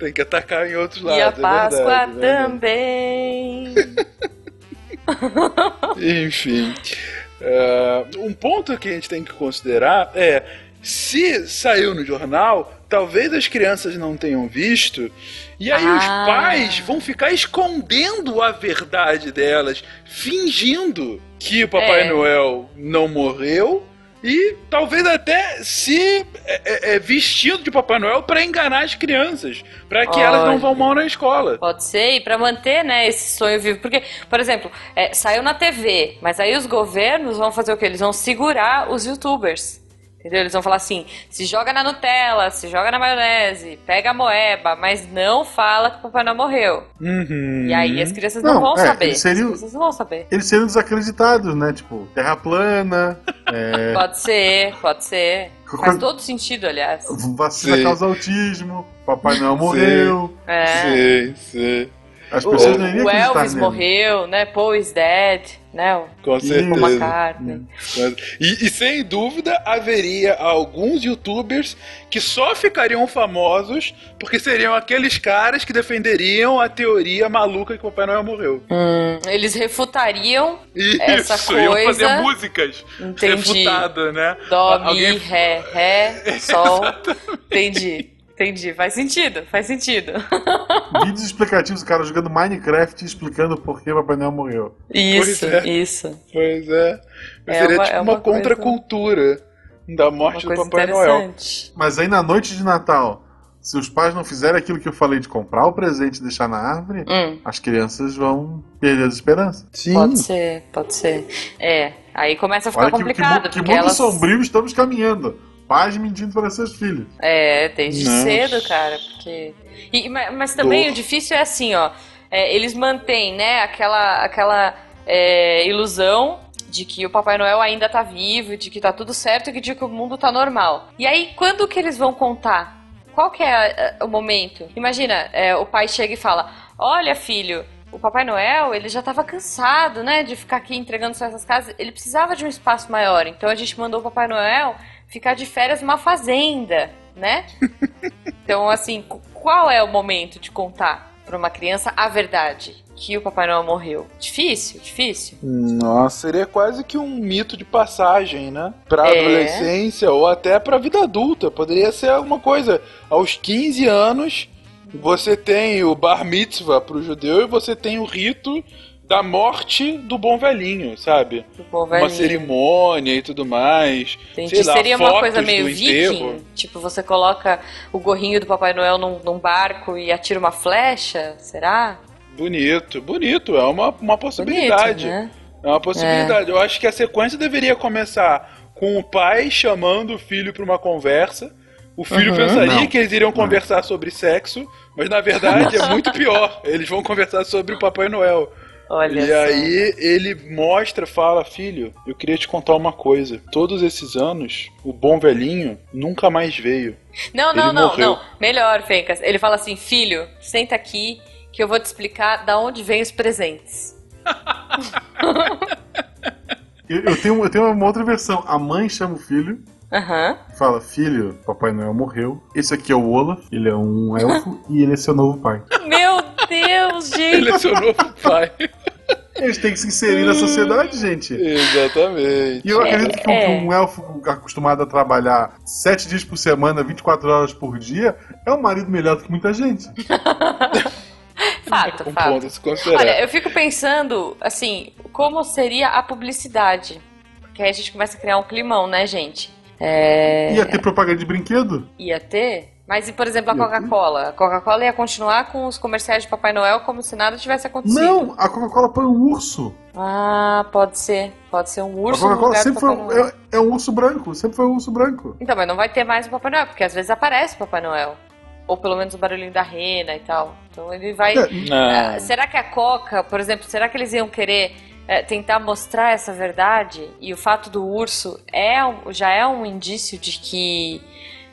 S1: Tem que atacar em outros lados.
S3: E a
S1: é verdade,
S3: Páscoa
S1: é verdade.
S3: também.
S1: Enfim. é, um ponto que a gente tem que considerar é: se saiu no jornal, talvez as crianças não tenham visto, e aí os
S3: Ah.
S1: pais vão ficar escondendo a verdade delas, fingindo que o Papai
S3: É.
S1: Noel não morreu. E talvez até se é, é, vestindo de Papai Noel para enganar as crianças, para que elas não
S3: Olha.
S1: vão mal na escola.
S3: Pode ser, e pra manter, né, esse sonho vivo. Porque, por exemplo, é, saiu na TV, mas aí os governos vão fazer o quê? Eles vão segurar os youtubers. Entendeu? Eles vão falar assim: se joga na Nutella, se joga na maionese, pega a moeba, mas não fala que o Papai Noel morreu.
S1: Uhum.
S3: E aí as crianças não,
S2: Não,
S3: vão
S2: é,
S3: saber.
S2: seria
S3: As
S2: o-
S3: crianças não vão saber.
S2: Eles seriam desacreditados, né? Tipo, terra plana,
S3: Pode ser, pode ser. Faz todo sentido, aliás.
S2: vacina
S1: Sim.
S2: causa autismo, Papai Noel
S1: Sim.
S2: morreu.
S3: É.
S1: Sei, sei.
S2: As
S1: O-
S2: pessoas não iriam
S3: O
S2: acreditar
S3: Elvis
S2: nele.
S3: morreu, né? Paul is dead, né? O
S1: Com
S2: Ih,
S1: certeza.
S3: Paul McCartney.
S1: E, e sem dúvida haveria alguns youtubers que só ficariam famosos porque seriam aqueles caras que defenderiam a teoria maluca que o Papai Noel morreu.
S3: Hum, eles refutariam
S1: Isso,
S3: Essa
S1: iam
S3: coisa-
S1: fazer músicas
S3: Entendi.
S1: refutada, né?
S3: Dó, mi,
S1: Alguém-
S3: ré, ré, sol. Entendi. Entendi. Faz sentido, faz sentido.
S2: Vídeos explicativos, cara, jogando Minecraft e explicando por que Papai Noel morreu.
S3: Isso,
S1: Pois é.
S3: isso.
S1: Pois é.
S3: É
S1: Seria
S3: uma-
S1: tipo
S3: é
S1: uma,
S3: uma coisa-
S1: contracultura da
S3: Uma
S1: morte do
S3: coisa
S1: Papai Noel.
S3: interessante.
S2: Mas aí na noite de Natal, se os pais não fizerem aquilo que eu falei de comprar o presente e deixar na árvore,
S3: Hum,
S2: as crianças vão perder as esperanças.
S3: pode ser, pode ser. É, aí começa a ficar
S2: Olha que, que,
S3: complicado.
S2: mu- que
S3: porque
S2: mundo
S3: elas...
S2: sombrio estamos caminhando. Pais mentindo para seus filhos.
S3: É, desde
S1: Nossa.
S3: cedo, cara, porque. E- ma- mas, também
S1: Dor.
S3: o difícil é assim, ó. é, eles mantêm, né, aquela, aquela é, ilusão de que o Papai Noel ainda tá vivo, de que tá tudo certo, e de que o mundo tá normal. E aí, quando que eles vão contar? Qual que é a- a- o momento? Imagina, é, o pai chega e fala: Olha, filho, o Papai Noel, ele já tava cansado, né, de ficar aqui entregando só essas casas. Ele precisava de um espaço maior. Então a gente mandou o Papai Noel ficar de férias numa fazenda, né? então, assim, qu- qual é o momento de contar pra uma criança a verdade? Que o Papai Noel morreu. Difícil, difícil.
S1: Nossa, seria quase que um mito de passagem, né? Pra
S3: É.
S1: adolescência ou até pra vida adulta. Poderia ser alguma coisa. Aos 15 anos, você tem o bar mitzvah pro judeu e você tem o rito da morte do bom velhinho, sabe?
S3: O povo é
S1: Uma cerimônia e tudo mais.
S3: Entendi.
S1: sei lá,
S3: Seria uma
S1: fotos
S3: coisa meio
S1: do
S3: viking?
S1: enterro.
S3: Tipo, você coloca o gorrinho do Papai Noel num, num barco e atira uma flecha? Será?
S1: Bonito, bonito. É uma, uma possibilidade.
S3: Bonito, né?
S1: É uma possibilidade. Eu acho que a sequência deveria começar com o pai chamando o filho para uma conversa. O filho
S3: Uhum.
S1: pensaria
S2: Não.
S1: que eles iriam
S2: Não.
S1: conversar sobre sexo, mas na verdade é muito pior. Eles vão conversar sobre o Papai Noel.
S3: Olha
S1: e
S3: só.
S1: aí ele mostra, fala: Filho, eu queria te contar uma coisa. Todos esses anos, o bom velhinho nunca mais veio.
S3: Não,
S1: Ele
S3: não, não,
S1: morreu.
S3: não. Melhor, Fencas. Ele fala assim, filho, senta aqui que eu vou te explicar da onde vem os presentes.
S2: Eu, eu tenho, eu tenho uma outra versão. A mãe chama o filho
S3: Aham.
S2: e fala: Filho, Papai Noel morreu. Esse aqui é o Olaf, ele é um elfo e ele é seu novo pai.
S3: Meu Deus, gente.
S1: Ele é seu novo pai.
S2: Eles têm que se inserir na sociedade, gente.
S1: Exatamente.
S2: E eu acredito que um,
S3: é.
S2: um elfo acostumado a trabalhar sete dias por semana, 24 horas por dia, é um marido melhor do que muita gente.
S3: Fato,
S1: Um
S3: fato.
S1: ponto a se considerar.
S2: É.
S3: Olha, eu fico pensando, assim, como seria a publicidade? Porque aí a gente começa a criar um climão, né, gente? É...
S2: Ia ter propaganda de brinquedo?
S3: Ia ter? Mas e, por exemplo, a
S2: Ia ter?
S3: Coca-Cola? A Coca-Cola ia continuar com os comerciais de Papai Noel como se nada tivesse acontecido.
S2: Não, a Coca-Cola põe um urso.
S3: Ah, pode ser. Pode ser um urso
S2: a
S3: no
S2: Coca-Cola
S3: lugar do
S2: sempre foi
S3: Papai
S2: um-
S3: Noel.
S2: é, é um urso branco, sempre foi um urso branco.
S3: Então, mas não vai ter mais o Papai Noel, porque às vezes aparece o Papai Noel. Ou pelo menos o barulhinho da rena e tal. Então ele vai...
S2: É,
S1: Não.
S3: Ah, Será que a Coca, por exemplo, será que eles iam querer eh, tentar mostrar essa verdade? E o fato do urso é um- já é um indício de que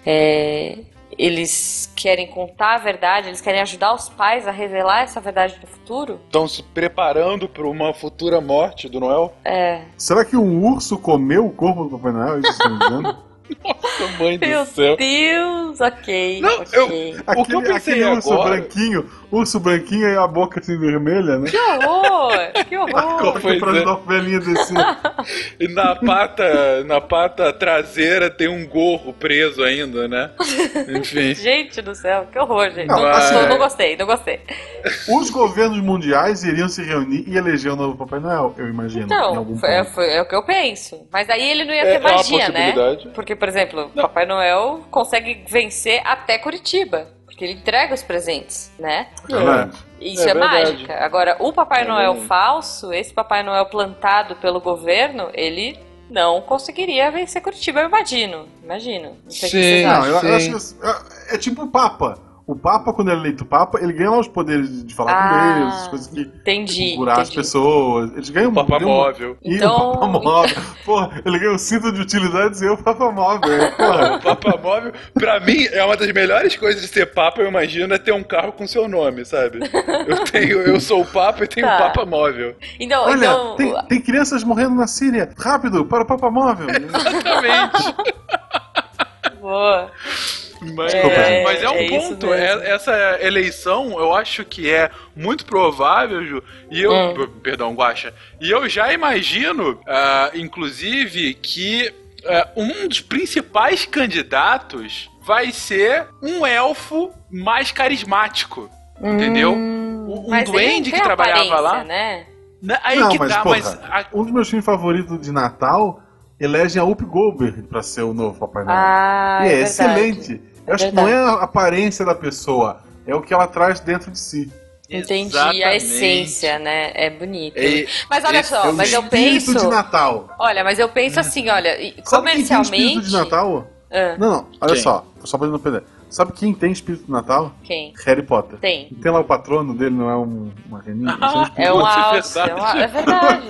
S3: eh, eles querem contar a verdade, eles querem ajudar os pais a revelar essa verdade no futuro?
S1: Estão se preparando para uma futura morte do Noel?
S3: É.
S2: Será que um urso comeu o corpo do Papai Noel? Isso que vocês estão dizendo?
S1: Nossa, mãe
S3: Meu
S1: do céu.
S3: Deus, ok.
S1: Não,
S3: ok.
S1: O que eu pensei
S2: aquele urso
S1: agora-
S2: branquinho, urso branquinho e a boca assim vermelha, né?
S3: Que horror! Que horror!
S2: Coca
S1: Pois
S2: pra
S1: é.
S2: ajudar o velhinho a descer.
S1: E na pata, na pata traseira tem um gorro preso ainda, né? Enfim.
S3: Gente do céu, que horror, gente.
S2: Não,
S3: Não,
S1: assim,
S3: não-
S1: é.
S3: não gostei, não gostei.
S2: Os governos mundiais iriam se reunir e eleger o novo Papai Noel, eu imagino. em
S3: Então,
S2: algum
S3: foi- é,
S2: ponto.
S3: foi- é o que eu penso. Mas aí ele não ia
S1: É,
S3: ter
S1: é uma
S3: magia, né?
S1: possibilidade.
S3: Porque, por exemplo,
S1: Não.
S3: Papai Noel consegue vencer até Curitiba. Porque ele entrega os presentes, né?
S2: Verdade.
S3: Isso é,
S1: É verdade.
S3: mágica. Agora, o Papai
S1: É
S3: Noel
S1: verdade.
S3: falso, esse Papai Noel plantado pelo governo, ele não conseguiria vencer Curitiba, eu imagino. Imagino. Não sei o que
S1: Sim.
S3: vocês
S2: Não,
S3: acham.
S2: eu, eu acho
S1: Sim.
S2: que assim, é, é tipo o Papa. O Papa, quando ele é eleito Papa, ele ganha lá os poderes de- de falar
S3: Ah,
S2: com Deus, essas coisas que
S3: Entendi.
S2: curar as
S3: entendi.
S2: pessoas. Eles ganham
S1: O Papa
S2: deu um-
S1: móvel.
S2: Ih,
S3: Então-
S2: o Papa Móvel. Porra, ele ganha o cinto de utilidades e eu, o Papa Móvel. Porra.
S1: O Papa móvel, pra mim, é uma das melhores coisas de ser Papa, eu imagino, é ter um carro com seu nome, sabe? Eu tenho, eu sou o Papa e tenho
S3: Tá.
S1: o Papa móvel.
S3: Então,
S2: Olha,
S3: então
S2: tem, tem crianças morrendo na Síria. Rápido, para o Papa Móvel.
S1: Exatamente.
S3: boa.
S1: Mas
S3: Desculpa,
S1: é,
S3: gente.
S1: mas é um
S3: É isso
S1: ponto.
S3: mesmo.
S1: é- essa eleição, eu acho que é muito provável, Ju. E eu.
S3: Hum.
S1: p- Perdão, Guaxa. E eu já imagino, ah, inclusive, que ah, um dos principais candidatos vai ser um elfo mais carismático. Entendeu? Um, um
S3: Hum, Mas ele
S1: duende
S3: tem
S1: que trabalhava
S3: aparência,
S1: lá.
S3: Né?
S1: Na- Aí
S2: Não,
S1: que
S2: mas,
S1: tá,
S2: porra,
S1: mas. a-
S2: Um dos meus filmes favoritos de Natal elegem a Up Goldberg pra ser o novo Papai Noel.
S3: Ah,
S2: e é,
S3: é
S2: excelente. Eu acho que não é a aparência da pessoa, é o que ela traz dentro de si.
S3: Entendi, a
S1: Exatamente.
S3: essência, né? É bonito.
S1: É-
S3: mas olha só,
S1: excelente.
S3: mas eu
S2: um Espírito
S3: penso.
S2: de Natal.
S3: Olha, mas eu penso assim, olha, e
S2: Hum. Sabe quem tem espírito
S3: comercialmente.
S2: de Natal?
S3: Ah,
S2: Não, não, olha
S1: Quem?
S2: só, só pra não perder. Sabe quem tem espírito de Natal?
S3: quem?
S2: Harry Potter.
S3: Tem.
S2: Tem lá o patrono dele, não é um, uma reninha? não sei o que.
S3: É um
S1: Nossa, é
S3: alce, é, um alce. é verdade,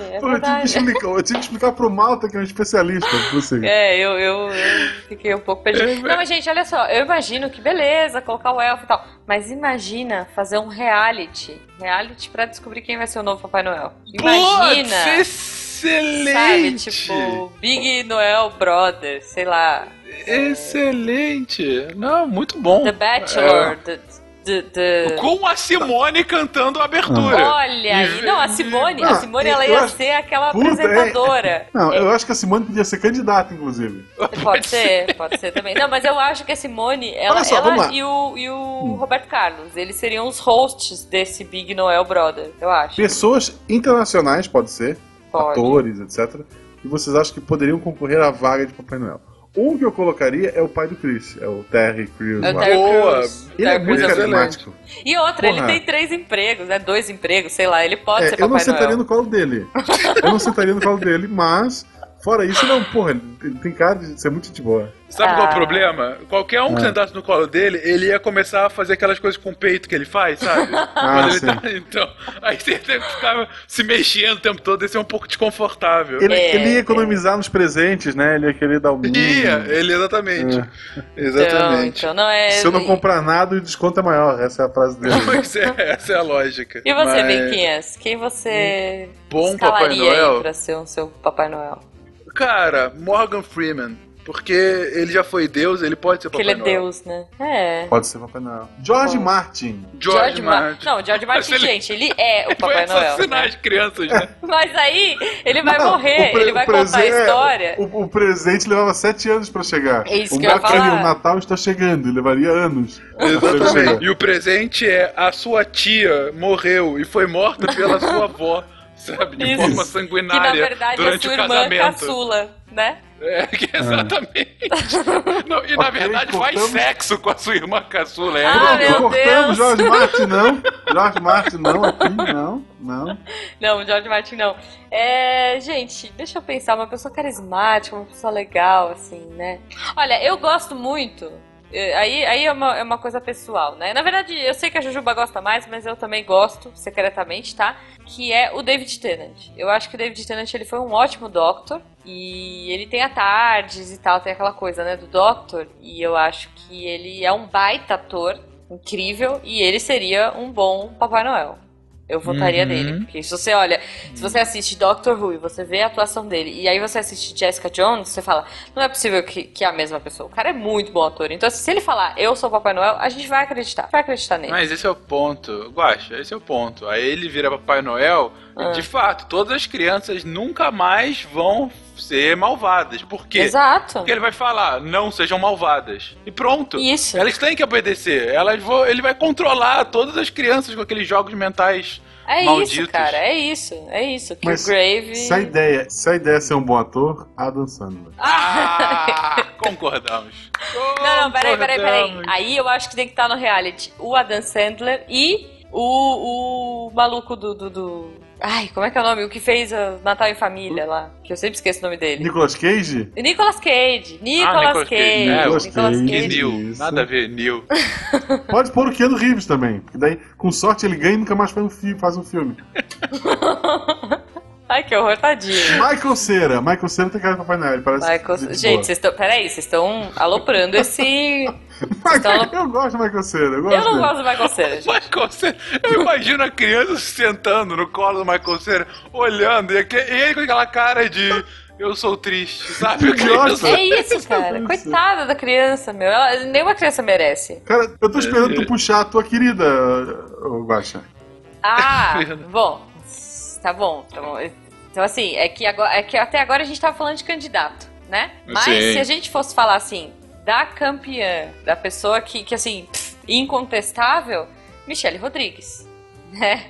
S2: Pô,
S3: é
S2: eu, tive que
S3: verdade.
S2: explicar, eu tive que explicar pro Malta, que é um especialista. Você.
S3: É, eu, eu, eu fiquei um pouco
S2: É,
S3: perdida. Não, mas gente, olha só, eu imagino que beleza, colocar o elfo e tal. Mas imagina fazer um reality. Reality pra descobrir quem vai ser o novo Papai Noel. Imagina!
S1: Putz,
S3: Sabe,
S1: excelente!
S3: tipo, Big Noel Brother, sei lá.
S1: Excelente! Não, muito bom.
S3: The
S2: é.
S3: Bachelor, The, the, the-
S1: Com a Simone cantando a abertura.
S3: Olha aí, não, a Simone, a
S2: Ah,
S3: Simone
S2: eu
S3: ela ia
S2: acho-
S3: ser aquela
S2: Puta, é.
S3: apresentadora.
S2: Não, eu acho que a Simone podia ser candidata, inclusive.
S3: Pode ser, pode ser também. Não, mas eu acho que a Simone, ela,
S2: Olha só,
S3: ela
S2: vamos lá. Hum.
S3: e o, e o Roberto Carlos, eles seriam os hosts desse Big Noel Brother, eu acho.
S2: Pessoas internacionais, pode ser,
S3: Pode.
S2: atores, etc. E vocês acham que poderiam concorrer à vaga de Papai Noel? Um que eu colocaria é o pai do Chris, é o Terry Crews.
S3: É o
S2: lá.
S3: Terry
S1: Boa.
S3: Crews.
S2: Ele é
S3: Terry
S2: muito
S3: Crews
S1: Crews é
S2: carismático.
S3: E outra, ele
S2: Porra.
S3: tem três empregos, né? Dois empregos, sei lá, ele pode
S2: É,
S3: ser
S2: eu não
S3: Papai
S2: sentaria
S3: Noel.
S2: no colo dele. Eu não sentaria no colo dele, mas, fora isso, ele é um porra, ele ele tem cara de ser muito de boa.
S1: Sabe qual é
S3: Ah.
S1: o problema? Qualquer
S2: Ah.
S1: um que sentasse no colo dele, ele ia começar a fazer aquelas coisas com o peito que ele faz, sabe?
S2: Ah,
S1: ele
S2: sim.
S1: tá- então, aí você tem que ficar se mexendo o tempo todo, isso é um pouco desconfortável.
S2: Ele,
S3: É,
S2: ele
S3: é.
S2: ia economizar nos presentes, né? Ele ia querer dar o mínimo.
S1: Ia, ele exatamente.
S2: Ah.
S3: Então,
S1: Exatamente.
S3: então não é.
S2: Se eu não comprar nada, o desconto é maior. Essa é a frase dele.
S1: Pois é, essa é a lógica.
S3: então. E você,
S1: Mas-
S3: Benquinhas? Quem você
S1: Bom
S3: escalaria
S1: Papai Noel?
S3: aí pra ser o seu Papai Noel?
S1: Cara, Morgan Freeman. Porque ele já foi Deus, ele pode ser
S3: Porque
S1: Papai
S3: ele é
S1: Noel.
S3: Deus, né? É.
S2: Pode ser Papai Noel. George Martin.
S1: George,
S3: Mar-
S1: Martin.
S3: Não, George Martin,
S1: Mas ele-
S3: gente, ele é o
S1: Vai
S3: Papai Noel.
S1: assassinar
S3: né?
S1: as crianças, né?
S3: Mas aí ele vai
S2: Não,
S3: morrer,
S2: o pre-
S3: ele vai
S2: o
S3: contar a
S2: presente-
S3: história.
S2: O, o presente levava sete anos pra chegar.
S3: É isso
S2: o
S3: que eu ia
S2: Natal-
S3: falar.
S2: O Natal está chegando, ele levaria anos. pra chegar.
S1: Exatamente. E o presente é a sua tia morreu e foi morta pela sua avó. Sabe, de
S3: Isso.
S1: forma
S3: Que na
S1: sanguinária
S3: verdade é
S1: durante
S3: sua
S1: o
S3: irmã
S1: casamento.
S3: caçula, né?
S1: É, que- exatamente. Não, e na
S2: Ok,
S1: verdade faz
S2: cortamos.
S1: sexo com a sua irmã caçula. É,
S3: Ah,
S1: óbvio.
S3: meu
S2: Cortamos
S3: Deus.
S2: George Martin, não. George Martin, não. Aqui, não. Não.
S3: Não, o George Martin não. É, gente, deixa eu pensar, uma pessoa carismática, uma pessoa legal, assim, né? Olha, eu gosto muito. é, Aí, aí é, uma, é uma coisa pessoal, né? Na verdade, eu sei que a Jujuba gosta mais, mas eu também gosto, secretamente, tá? Que é o David Tennant. Eu acho que o David Tennant ele foi um ótimo Doctor. E ele tem a tardes e tal, tem aquela coisa, né, do Doctor. E eu acho que ele é um baita ator, incrível, e ele seria um bom Papai Noel. Eu votaria
S1: Uhum.
S3: nele. Porque se você olha, se você assiste Doctor Who e você vê a atuação dele, e aí você assiste Jessica Jones, você fala, não é possível que, que é a mesma pessoa. O cara é muito bom ator. Então, se ele falar, eu sou o Papai Noel, a gente vai acreditar. Vai acreditar nele.
S1: é Mas esse é o ponto, Guaxa, esse é o ponto. Aí ele vira Papai Noel De
S3: Ah.
S1: fato, todas as crianças nunca mais vão ser malvadas. Por quê?
S3: Exato.
S1: Porque ele vai falar, não sejam malvadas. E pronto.
S3: é Isso.
S1: Elas têm é que obedecer. Elas vão, ele vai controlar todas as crianças com aqueles jogos mentais.
S3: É
S1: Malditos.
S3: isso, cara. É isso. É isso. Que
S2: Mas
S3: o Grave.
S2: Se a, ideia, se a ideia é ser um bom ator, Adam Sandler.
S1: Ah, concordamos.
S3: Não, não, peraí, peraí, peraí.
S1: Concordamos.
S3: Aí eu acho que tem que estar no reality o Adam Sandler e o, o maluco do, do, do- Ai, como é que é o nome? O que fez o Natal em Família lá. Que eu sempre esqueço o nome dele.
S2: Nicolas Cage?
S3: Nicolas Cage. Ah, Nicolas
S1: Nicolas Cage.
S3: Cage.
S1: É,
S2: eu
S3: Nicolas
S2: gostei.
S1: E
S3: Cage.
S1: Neil,
S2: Isso.
S1: nada a ver, Neil.
S2: Pode pôr o Keanu Reeves também. Porque daí, com sorte, ele ganha e nunca mais faz um filme. Faz um filme.
S3: Ai, que horror, tadinho.
S2: Michael Cera. Michael Cera tem cara de Papai Noel. Ele parece
S3: Michael... Gente, vocês estão. Peraí, vocês estão aloprando esse.
S2: vocês
S3: estão-
S2: Eu gosto do Michael Cera. Eu gosto
S3: Eu não
S2: dele.
S3: gosto do Michael Cera, gente.
S1: Michael Cera, eu imagino a criança se sentando no colo do Michael Cera, olhando, e, aque- e ele com aquela cara de eu sou triste, sabe? A criança-
S3: É isso, cara. Coitada da criança, meu. Ela- nenhuma criança merece.
S2: Cara, eu tô esperando tu puxar a tua querida, ô, Guaxa.
S3: Ah, bom. Tá bom, tá bom. Então, assim, é que, agora- é que até agora a gente tava falando de candidato, né? Mas
S1: Sim.
S3: se a gente fosse falar, assim, da campeã, da pessoa que, que assim, pff, incontestável, Michelle Rodrigues, né?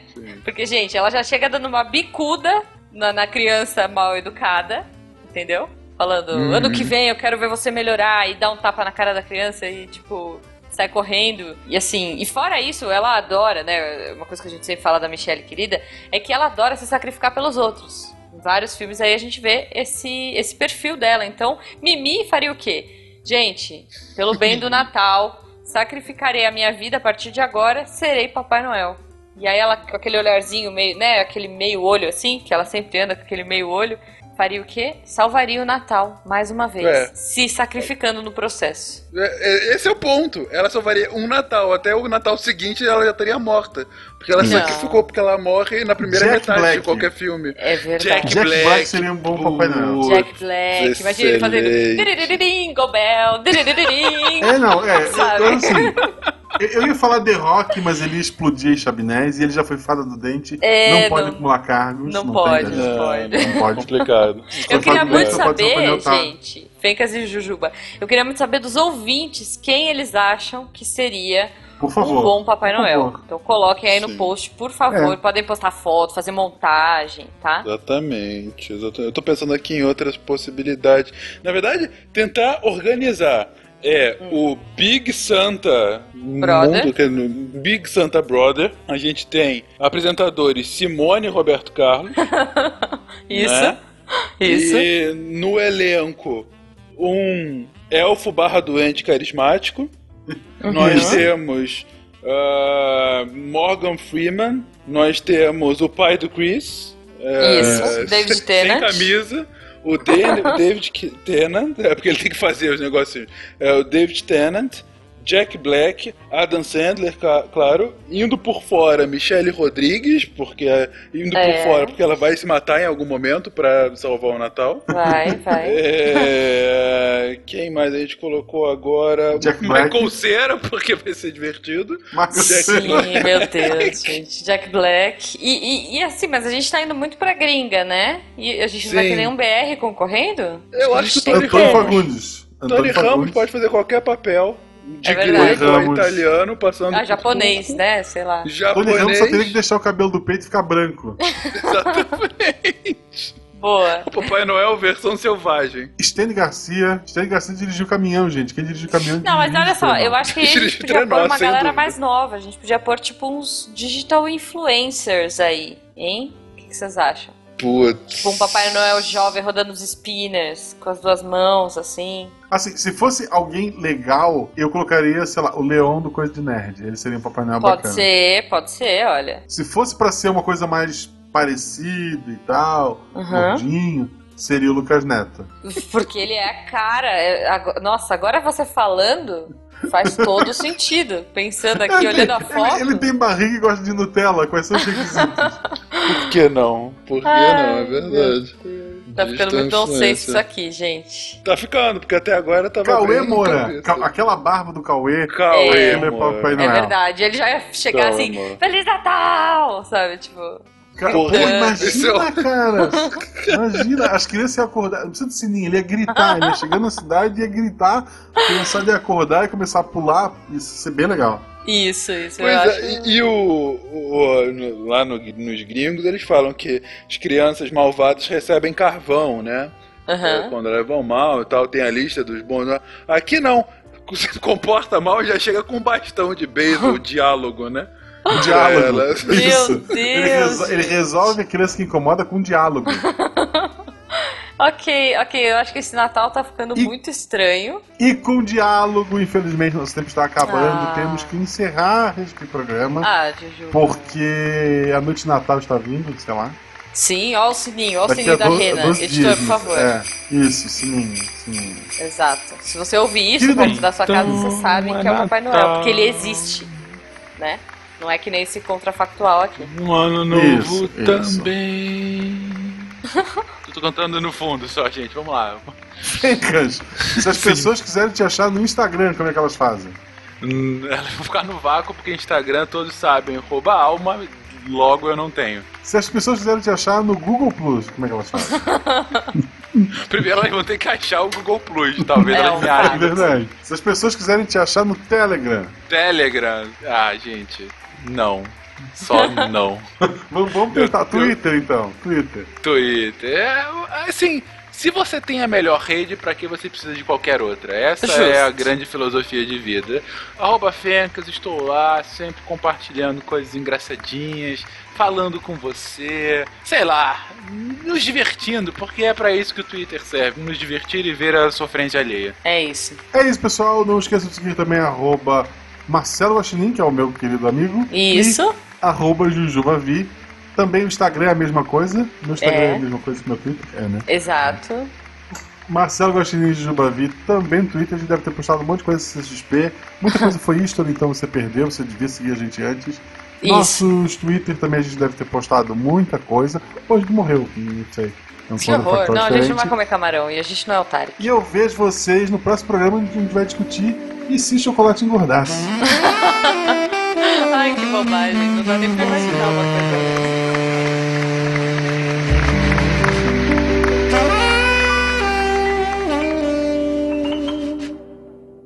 S3: Porque, gente, ela já chega dando uma bicuda na, na criança mal educada, entendeu? Falando, ano que vem eu quero ver você melhorar e dá um tapa na cara da criança e, tipo, sai correndo. E assim, e fora isso, ela adora, né? Uma coisa que a gente sempre fala da Michelle querida, é que ela adora se sacrificar pelos outros. Em vários filmes aí a gente vê esse, esse perfil dela. Então, Mimi faria o quê? Gente, pelo bem do Natal, sacrificarei a minha vida a partir de agora, serei Papai Noel. E aí ela, com aquele olharzinho meio, né? Aquele meio olho assim, que ela sempre anda com aquele meio olho, faria o quê? Salvaria o Natal, mais uma vez.
S1: É.
S3: Se sacrificando no processo.
S1: É, é, Esse é o ponto. Ela salvaria um Natal. Até o Natal seguinte ela já estaria morta. Porque ela
S3: Não.
S1: sacrificou, porque ela morre na primeira
S2: Jack
S1: metade
S2: Black.
S1: de qualquer filme.
S3: É verdade.
S2: Jack Black,
S1: Black.
S2: seria um bom Papai Noel.
S1: Boa.
S3: Jack Black, imagina ele fazendo
S1: Excelente.
S3: "Diriririm, go Bell, diriririm".
S2: É, não, é.
S3: Sabe?
S2: Então, assim, eu- eu ia falar The Rock, mas ele explodia em Chabinés e ele já foi fada do dente.
S3: É,
S2: não pode
S3: não-
S2: acumular cargos.
S3: não
S2: tem
S3: pode.
S2: dessa.
S3: pode.
S2: Não pode.
S1: Complicado.
S3: Eu queria
S2: Pode-
S3: muito
S2: só pode ser
S3: saber,
S2: Papai Noel, tá?
S3: gente, Fencas e Jujuba, eu queria muito saber dos ouvintes quem eles acham que seria
S2: Por favor.
S3: um bom Papai
S2: Por
S3: Noel.
S2: favor. É.
S3: Então coloquem aí no
S1: Sim.
S3: post, por favor. Podem postar foto, fazer montagem,
S1: Né?
S3: tá?
S1: Exatamente, exatamente. Eu tô pensando aqui em outras possibilidades. Na verdade, tentar organizar. É, o Big Santa
S3: Hum. Brother.
S1: Mundo, que é no Big Santa Brother. A gente tem apresentadores Simone e Roberto Carlos.
S3: Isso,
S1: Né?
S3: isso.
S1: E no elenco, um elfo barra doente carismático.
S3: Uhum.
S1: Nós temos ah, Morgan Freeman. Nós temos o pai do Chris. eh,
S3: Isso, David
S1: sem-
S3: Tennant.
S1: Sem camisa. O Dan- o David Ki- Tennant, é porque ele tem que fazer os negócios. É, o David Tennant, Jack Black, Adam Sandler, ca- claro. Indo por fora, Michelle Rodrigues, porque indo
S3: É.
S1: por fora porque ela vai se matar em algum momento pra salvar o Natal.
S3: Vai, vai.
S1: É, quem mais a gente colocou agora?
S2: Jack
S1: Michael
S2: Black.
S1: Cera, porque vai ser divertido.
S2: Mas
S1: Jack
S3: Sim, meu Deus, gente. Jack Black. E, e- e assim, mas a gente tá indo muito pra gringa, né? E a gente não vai
S1: Sim.
S3: ter nenhum BR concorrendo?
S1: Eu acho que o Tony
S2: Antônio
S1: Ramos.
S2: Fagundes.
S1: Tony Ramos pode fazer qualquer papel. De
S3: É verdade.
S1: grego a
S2: Ramos.
S1: italiano, passando.
S3: Ah,
S1: por
S3: japonês,
S1: turco,
S3: né? Sei lá.
S2: Tony
S1: Japonês.
S2: Ramos só teria que deixar o cabelo do peito ficar branco.
S3: Boa.
S1: Papai Noel versão selvagem.
S2: Stanley Garcia. Stanley Garcia dirigiu o caminhão, gente. Quem dirigiu o caminhão
S3: Não, mas olha só, eu acho que a gente
S1: Dirigir
S3: podia
S1: trenó,
S3: pôr uma
S1: sem
S3: galera
S1: dúvida.
S3: mais nova. A gente podia pôr, tipo, uns digital influencers aí, hein? O que que vocês acham?
S1: Putz.
S3: Tipo, um Papai Noel jovem rodando os spinners com as duas mãos, assim.
S2: Assim, se fosse alguém legal, eu colocaria, sei lá, o Leão do Coisa de Nerd. Ele seria um Papai
S1: Ah,
S2: Noel
S3: Pode
S2: bacana.
S3: ser, pode ser, olha.
S2: Se fosse pra ser uma coisa mais parecida e tal,
S3: Uhum.
S2: gordinho, seria o Lucas Neto.
S3: Porque ele é a cara. é- ago- Nossa, agora você falando faz todo sentido. Pensando aqui, olhando a foto.
S2: Ele, ele tem barriga e gosta de Nutella. Quais são os
S5: Tá
S2: requisitos?
S1: Por que não? Por que não? É
S3: Ai,
S1: verdade.
S3: Tá ficando muito
S1: Digital
S3: não sei
S1: influencer.
S3: isso aqui, gente.
S1: Tá ficando, porque até agora tava. bem
S2: Cauê
S1: na
S2: Moura.
S1: cabeça.
S2: Ca- Aquela barba do Cauê.
S1: Cauê
S2: Ele é
S1: Moura.
S2: Papai
S3: É
S2: Noel.
S3: verdade. Ele já ia chegar
S1: Cauê
S3: assim,
S1: Moura.
S3: Feliz Natal! Sabe, tipo.
S2: Cara, pô,
S5: Porra, esse é
S2: imagina,
S5: o-
S2: cara! Imagina, as crianças iam acordar. Não precisa de sininho, ele ia gritar, ele ia chegar na cidade, ia gritar, criançada ia acordar e começar a pular. Isso ia ser bem legal.
S3: Isso, isso.
S5: Pois
S3: eu acho.
S5: é, e, e o, o- no- lá no- nos gringos eles falam que as crianças malvadas recebem carvão, né? É,
S3: Aham.
S5: Quando elas vão mal e tal, tem a lista dos bons. né? Aqui não. Você se comporta mal e já chega com um bastão de beisebol, diálogo, né?
S2: Diálogo.
S5: Ela-
S3: Meu
S2: Ele,
S3: Deus!
S2: reso- ele resolve a criança que incomoda com um diálogo.
S3: Ok, ok. Eu acho que esse Natal tá ficando
S2: E-
S3: muito estranho.
S2: E com diálogo, infelizmente, nosso tempo está acabando.
S3: Ah.
S2: Temos que encerrar este programa.
S3: Ah, Juju.
S2: Porque a noite de Natal está vindo, sei lá.
S3: Sim, ó o sininho, ó o
S2: Daqui a
S3: sininho da
S2: do-
S3: Rena.
S2: 12
S3: Editor,
S2: dias.
S3: por favor.
S2: É, isso, sininho, sininho.
S3: Exato. Se você ouvir isso
S2: Tudo
S3: dentro da sua casa, você
S1: Então,
S3: sabe que é o Papai
S1: Natal.
S3: Noel, porque ele existe, né? Não é que nem esse contrafactual aqui.
S1: Um ano novo
S2: Isso, isso.
S1: também. Eu tô cantando no fundo só, gente. Vamos lá.
S2: Fencas, se as
S1: Sim.
S2: pessoas quiserem te achar no Instagram, como é que elas fazem?
S1: Hum, Eu vou ficar no vácuo porque Instagram todos sabem. Rouba a alma, logo eu não tenho.
S2: Se as pessoas quiserem te achar no Google Plus, como é que elas fazem?
S1: Primeiro elas vão ter que achar o Google Plus. Talvez
S3: É,
S1: elas me
S3: um
S1: achem.
S2: É verdade. Se as pessoas quiserem te achar no Telegram,
S1: Telegram. Ah, gente. Não. Só não.
S2: vamos, vamos tentar.
S1: Eu- eu-
S2: Twitter, então. Twitter.
S1: Twitter. É, assim, se você tem a melhor rede, pra que você precisa de qualquer outra? Essa
S3: Justo.
S1: é a grande filosofia de vida. Arroba Fencas, estou lá, sempre compartilhando coisas engraçadinhas, falando com você, sei lá, nos divertindo, porque é pra isso que o Twitter serve, nos divertir e ver a sofrência alheia.
S3: É isso.
S2: É isso, pessoal. Não esqueça de seguir também arroba Marcelo Guaxinim, que é o meu querido amigo.
S3: Isso.
S2: E arroba Jujubavi. Também o Instagram é a mesma coisa. Meu Instagram é,
S3: É.
S2: a mesma coisa que meu Twitter. É, né?
S3: Exato.
S2: Marcelo Guaxinim e Jujubavi também no Twitter. A gente deve ter postado um monte de coisa CXP. Muita coisa foi history, então você perdeu. Você devia seguir a gente antes.
S3: Isso.
S2: Nossos Twitter também a gente deve ter postado muita coisa. Hoje morreu, não sei. É um
S3: Que horror.
S2: contrafactual
S3: Não, a gente não vai
S2: diferente.
S3: comer camarão e a gente não é otário.
S2: E eu vejo vocês no próximo programa onde a gente vai discutir e se chocolate engordasse.
S3: Uhum. Ai, que bobagem. Não dá nem pra imaginar uma coisa dessa.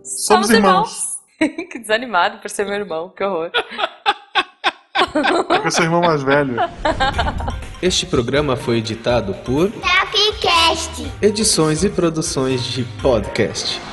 S2: Somos
S3: irmãos. que desanimado por ser meu irmão, que horror.
S2: É que eu sou irmão mais velho.
S6: Este programa foi editado por
S7: Tapcast.
S6: Edições e Produções de Podcast.